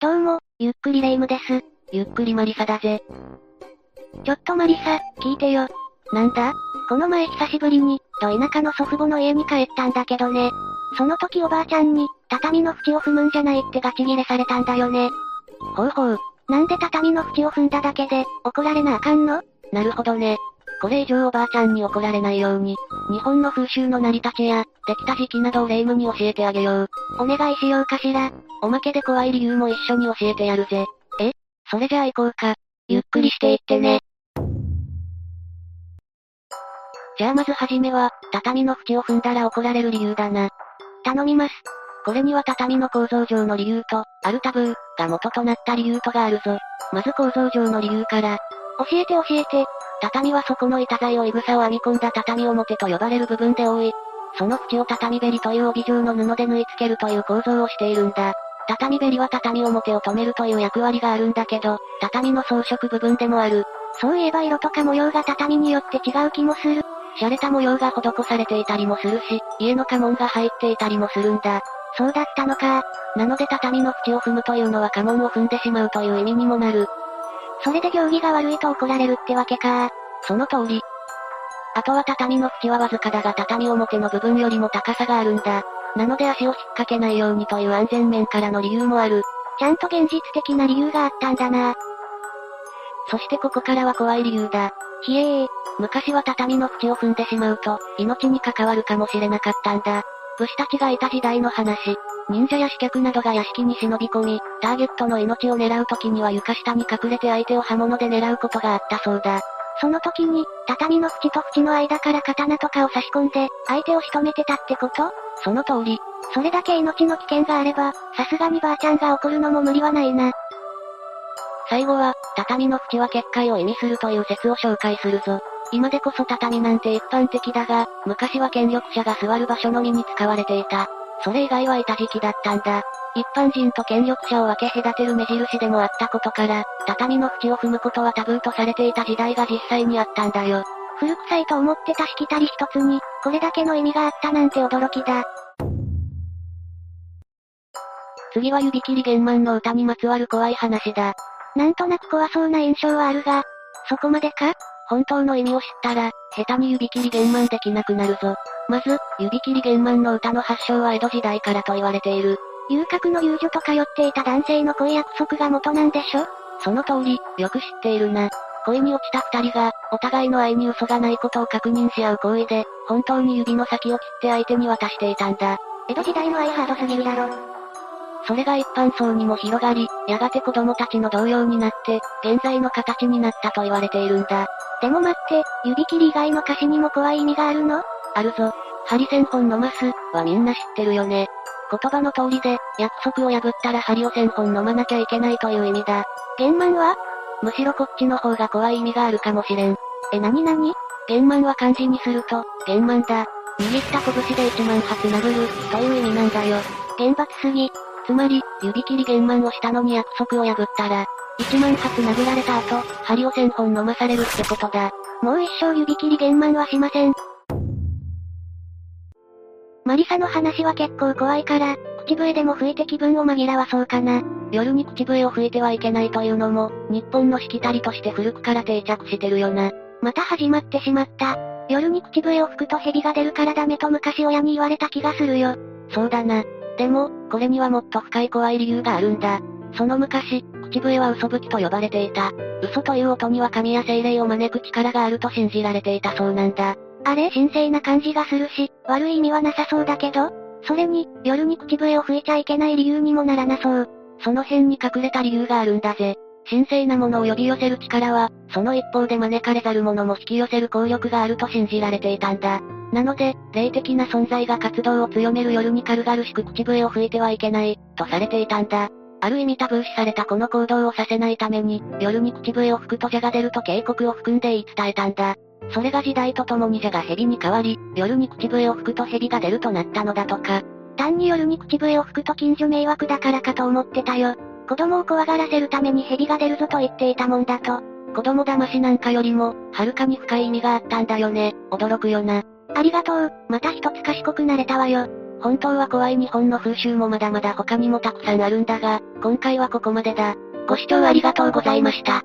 どうも、ゆっくりレ夢ムです。ゆっくりマリサだぜ。ちょっとマリサ、聞いてよ。なんだこの前久しぶりに、ど田舎の祖父母の家に帰ったんだけどね。その時おばあちゃんに、畳の縁を踏むんじゃないってガチギレされたんだよね。ほうほう。なんで畳の縁を踏んだだけで、怒られなあかんのなるほどね。これ以上おばあちゃんに怒られないように、日本の風習の成り立ちや、できた時期などをレ夢ムに教えてあげよう。お願いしようかしら。おまけで怖い理由も一緒に教えてやるぜ。えそれじゃあ行こうか。ゆっくりしていってね。じゃあまずはじめは、畳の縁を踏んだら怒られる理由だな。頼みます。これには畳の構造上の理由と、あるタブー、が元となった理由とがあるぞ。まず構造上の理由から。教えて教えて。畳は底の板材をいぐさを編み込んだ畳表と呼ばれる部分で多い。その縁を畳べりという帯状の布で縫い付けるという構造をしているんだ。畳べりは畳表を留めるという役割があるんだけど、畳の装飾部分でもある。そういえば色とか模様が畳によって違う気もする。洒落た模様が施されていたりもするし、家の家紋が入っていたりもするんだ。そうだったのか。なので畳の縁を踏むというのは家紋を踏んでしまうという意味にもなる。それで行儀が悪いと怒られるってわけかその通り。あとは畳の縁はわずかだが畳表の部分よりも高さがあるんだ。なので足を引っ掛けないようにという安全面からの理由もある。ちゃんと現実的な理由があったんだな。そしてここからは怖い理由だ。ひえー。昔は畳の縁を踏んでしまうと、命に関わるかもしれなかったんだ。武士たちがいた時代の話。忍者や死客などが屋敷に忍び込み、ターゲットの命を狙う時には床下に隠れて相手を刃物で狙うことがあったそうだ。その時に、畳の縁と縁の間から刀とかを差し込んで、相手を仕留めてたってことその通り。それだけ命の危険があれば、さすがにばあちゃんが怒るのも無理はないな。最後は、畳の縁は結界を意味するという説を紹介するぞ。今でこそ畳なんて一般的だが、昔は権力者が座る場所のみに使われていた。それ以外は板敷きだったんだ。一般人と権力者を分け隔てる目印でもあったことから、畳の縁を踏むことはタブーとされていた時代が実際にあったんだよ。古臭いと思ってたしきたり一つに、これだけの意味があったなんて驚きだ。次は指切り玄満の歌にまつわる怖い話だ。なんとなく怖そうな印象はあるが、そこまでか本当の意味を知ったら、下手に指切り玄満できなくなるぞ。まず、指切り玄満の歌の発祥は江戸時代からと言われている。遊郭の遊女と通っていた男性の恋約束が元なんでしょその通り、よく知っているな。恋に落ちた二人が、お互いの愛に嘘がないことを確認し合う行為で、本当に指の先を切って相手に渡していたんだ。江戸時代の愛ハードすぎるだろ。それが一般層にも広がり、やがて子供たちの同様になって、現在の形になったと言われているんだ。でも待って、指切り以外の歌詞にも怖い意味があるのあるぞ。ハリセン本のマス、はみんな知ってるよね。言葉の通りで、約束を破ったら針を千本飲まなきゃいけないという意味だ。玄満はむしろこっちの方が怖い意味があるかもしれん。え、なになに玄満は漢字にすると、玄満だ。握った拳で一万発殴る、という意味なんだよ。厳罰すぎ。つまり、指切り玄満をしたのに約束を破ったら、一万発殴られた後、針を千本飲まされるってことだ。もう一生指切り玄満はしません。マリサの話は結構怖いから、口笛でも吹いて気分を紛らわそうかな。夜に口笛を吹いてはいけないというのも、日本のしきたりとして古くから定着してるよな。また始まってしまった。夜に口笛を吹くと蛇が出るからダメと昔親に言われた気がするよ。そうだな。でも、これにはもっと深い怖い理由があるんだ。その昔、口笛は嘘吹きと呼ばれていた。嘘という音には神や精霊を招く力があると信じられていたそうなんだ。あれ神聖な感じがするし、悪い意味はなさそうだけど、それに、夜に口笛を吹いちゃいけない理由にもならなそう。その辺に隠れた理由があるんだぜ。神聖なものを呼び寄せる力は、その一方で招かれざるものも引き寄せる効力があると信じられていたんだ。なので、霊的な存在が活動を強める夜に軽々しく口笛を吹いてはいけない、とされていたんだ。ある意味タブー視されたこの行動をさせないために、夜に口笛を吹くと蛇が出ると警告を含んで言い伝えたんだ。それが時代とともに蛇が蛇に変わり、夜に口笛を吹くと蛇が出るとなったのだとか。単に夜に口笛を吹くと近所迷惑だからかと思ってたよ。子供を怖がらせるために蛇が出るぞと言っていたもんだと。子供騙しなんかよりも、はるかに深い意味があったんだよね。驚くよな。ありがとう、また一つ賢くなれたわよ。本当は怖い日本の風習もまだまだ他にもたくさんあるんだが、今回はここまでだ。ご視聴ありがとうございました。